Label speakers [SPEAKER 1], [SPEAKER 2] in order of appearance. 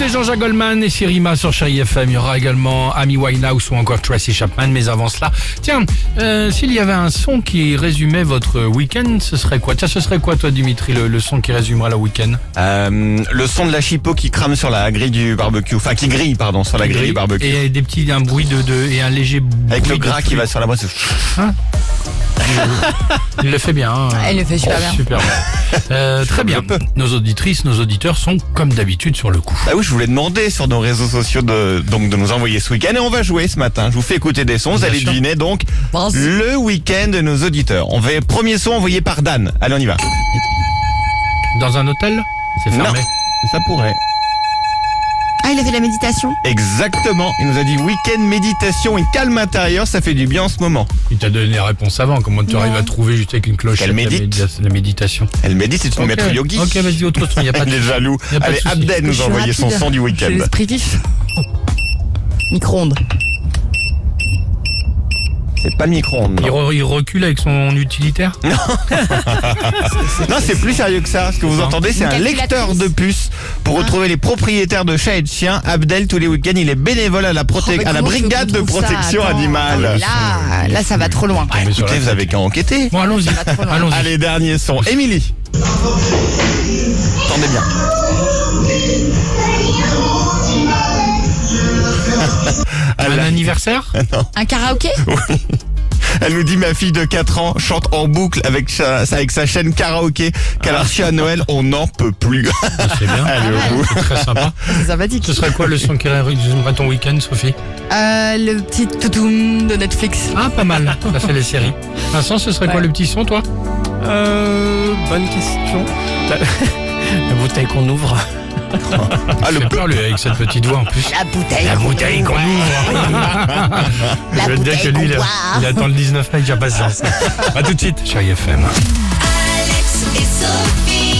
[SPEAKER 1] C'était Jean-Jacques Goldman et Sirima sur Chéri FM. Il y aura également Amy Winehouse ou encore Tracy Chapman. Mais avant cela, tiens, euh, s'il y avait un son qui résumait votre week-end, ce serait quoi Tiens, ce serait quoi, toi, Dimitri, le, le son qui résumera le week-end
[SPEAKER 2] Euh, le son de la chipot qui crame sur la grille du barbecue, enfin qui grille pardon sur la grille du barbecue,
[SPEAKER 1] Et des petits, un bruit de, de et un léger bruit
[SPEAKER 2] avec le
[SPEAKER 1] de
[SPEAKER 2] gras qui
[SPEAKER 1] pluie.
[SPEAKER 2] va sur la boîte.
[SPEAKER 1] Il le fait bien. hein.
[SPEAKER 3] Ah, Elle le fait super
[SPEAKER 2] Oh,
[SPEAKER 3] bien.
[SPEAKER 1] Super bien. Euh, très bien. Nos auditrices, nos auditeurs sont comme d'habitude sur le coup.
[SPEAKER 2] Ah oui, je voulais demander sur nos réseaux sociaux de donc de nous envoyer ce week-end et on va jouer ce matin. Je vous fais écouter des sons, vous
[SPEAKER 1] Bien
[SPEAKER 2] allez
[SPEAKER 1] sûr.
[SPEAKER 2] deviner donc
[SPEAKER 3] Bravo.
[SPEAKER 2] le week-end de nos auditeurs. On va premier son envoyé par Dan. Allez, on y va.
[SPEAKER 1] Dans un hôtel C'est fermé.
[SPEAKER 2] Ça pourrait.
[SPEAKER 3] Ah, il a fait de la méditation.
[SPEAKER 2] Exactement. Il nous a dit week-end méditation et calme intérieur, ça fait du bien en ce moment.
[SPEAKER 1] Il t'a donné la réponse avant. Comment tu
[SPEAKER 3] Non.
[SPEAKER 1] arrives à trouver juste avec une cloche
[SPEAKER 2] Qu'elle
[SPEAKER 1] la,
[SPEAKER 2] médite.
[SPEAKER 1] médita- la méditation
[SPEAKER 2] Elle médite, c'est une
[SPEAKER 1] Ok.
[SPEAKER 2] maître yogi.
[SPEAKER 1] Ok, vas-y, autre son. Il n'y a pas
[SPEAKER 2] Elle
[SPEAKER 1] de.
[SPEAKER 2] est jaloux.
[SPEAKER 1] Y a pas de
[SPEAKER 2] Allez,
[SPEAKER 1] souci.
[SPEAKER 2] Abdel
[SPEAKER 3] Je
[SPEAKER 2] nous a
[SPEAKER 3] suis
[SPEAKER 2] envoyé son
[SPEAKER 3] rapide.
[SPEAKER 2] son du
[SPEAKER 3] J'ai
[SPEAKER 2] week-end.
[SPEAKER 3] l'esprit vif. Micro-ondes.
[SPEAKER 2] C'est pas le micro-ondes.
[SPEAKER 1] Il,
[SPEAKER 2] Non,
[SPEAKER 1] re- il recule avec son utilitaire
[SPEAKER 2] Non, c'est plus sérieux que ça. Ce que vous
[SPEAKER 1] Non.
[SPEAKER 2] entendez, c'est
[SPEAKER 3] Une
[SPEAKER 2] un lecteur de
[SPEAKER 3] calculatrice.
[SPEAKER 2] puces pour retrouver les propriétaires de chats et de chiens. Abdel, tous les week-ends, il est bénévole à la, prote-
[SPEAKER 3] Oh, mais
[SPEAKER 2] à la
[SPEAKER 3] comment tu
[SPEAKER 2] brigade de
[SPEAKER 3] trouves ça
[SPEAKER 2] protection
[SPEAKER 3] Attends, Ah,
[SPEAKER 2] animale.
[SPEAKER 3] Là, là, ça va trop loin.
[SPEAKER 2] Ah,
[SPEAKER 1] Mais sur
[SPEAKER 2] écoutez,
[SPEAKER 1] la
[SPEAKER 2] vous avez qu'à enquêter.
[SPEAKER 1] Bon, allons-y.
[SPEAKER 3] va trop loin.
[SPEAKER 1] Allons-y.
[SPEAKER 2] Allez, dernier son. Émilie. Entendez bien.
[SPEAKER 1] Un
[SPEAKER 2] Elle,
[SPEAKER 1] anniversaire
[SPEAKER 3] Un karaoké
[SPEAKER 2] Oh. elle nous dit ma fille de 4 ans chante en boucle avec sa, avec sa chaîne karaoké qu'elle a reçue à Noël. On n'en peut plus.
[SPEAKER 1] C'est bien.
[SPEAKER 2] Allez, au bout.
[SPEAKER 1] C'est très sympa.
[SPEAKER 3] C'est sympathique.
[SPEAKER 1] Ce serait quoi le son qui résumera ton week-end, Sophie
[SPEAKER 3] Euh, le petit toutoum de Netflix.
[SPEAKER 1] Ah, pas mal. Ça fait les séries. Vincent, ce serait quoi
[SPEAKER 4] Ouais.
[SPEAKER 1] le petit son, toi
[SPEAKER 4] Euh, bonne question. La, la bouteille qu'on ouvre.
[SPEAKER 2] Ah, le
[SPEAKER 1] Il fait peur, lui, avec cette petite voix en plus.
[SPEAKER 3] La bouteille.
[SPEAKER 1] qu'on ouvre
[SPEAKER 3] La
[SPEAKER 1] Je veux dire
[SPEAKER 3] bouteille
[SPEAKER 1] que lui, il,
[SPEAKER 3] qu'on
[SPEAKER 1] a-
[SPEAKER 3] boit.
[SPEAKER 1] il attend le 19 mai avec impatience. A tout de suite, chérie FM.
[SPEAKER 5] Alex et Sophie.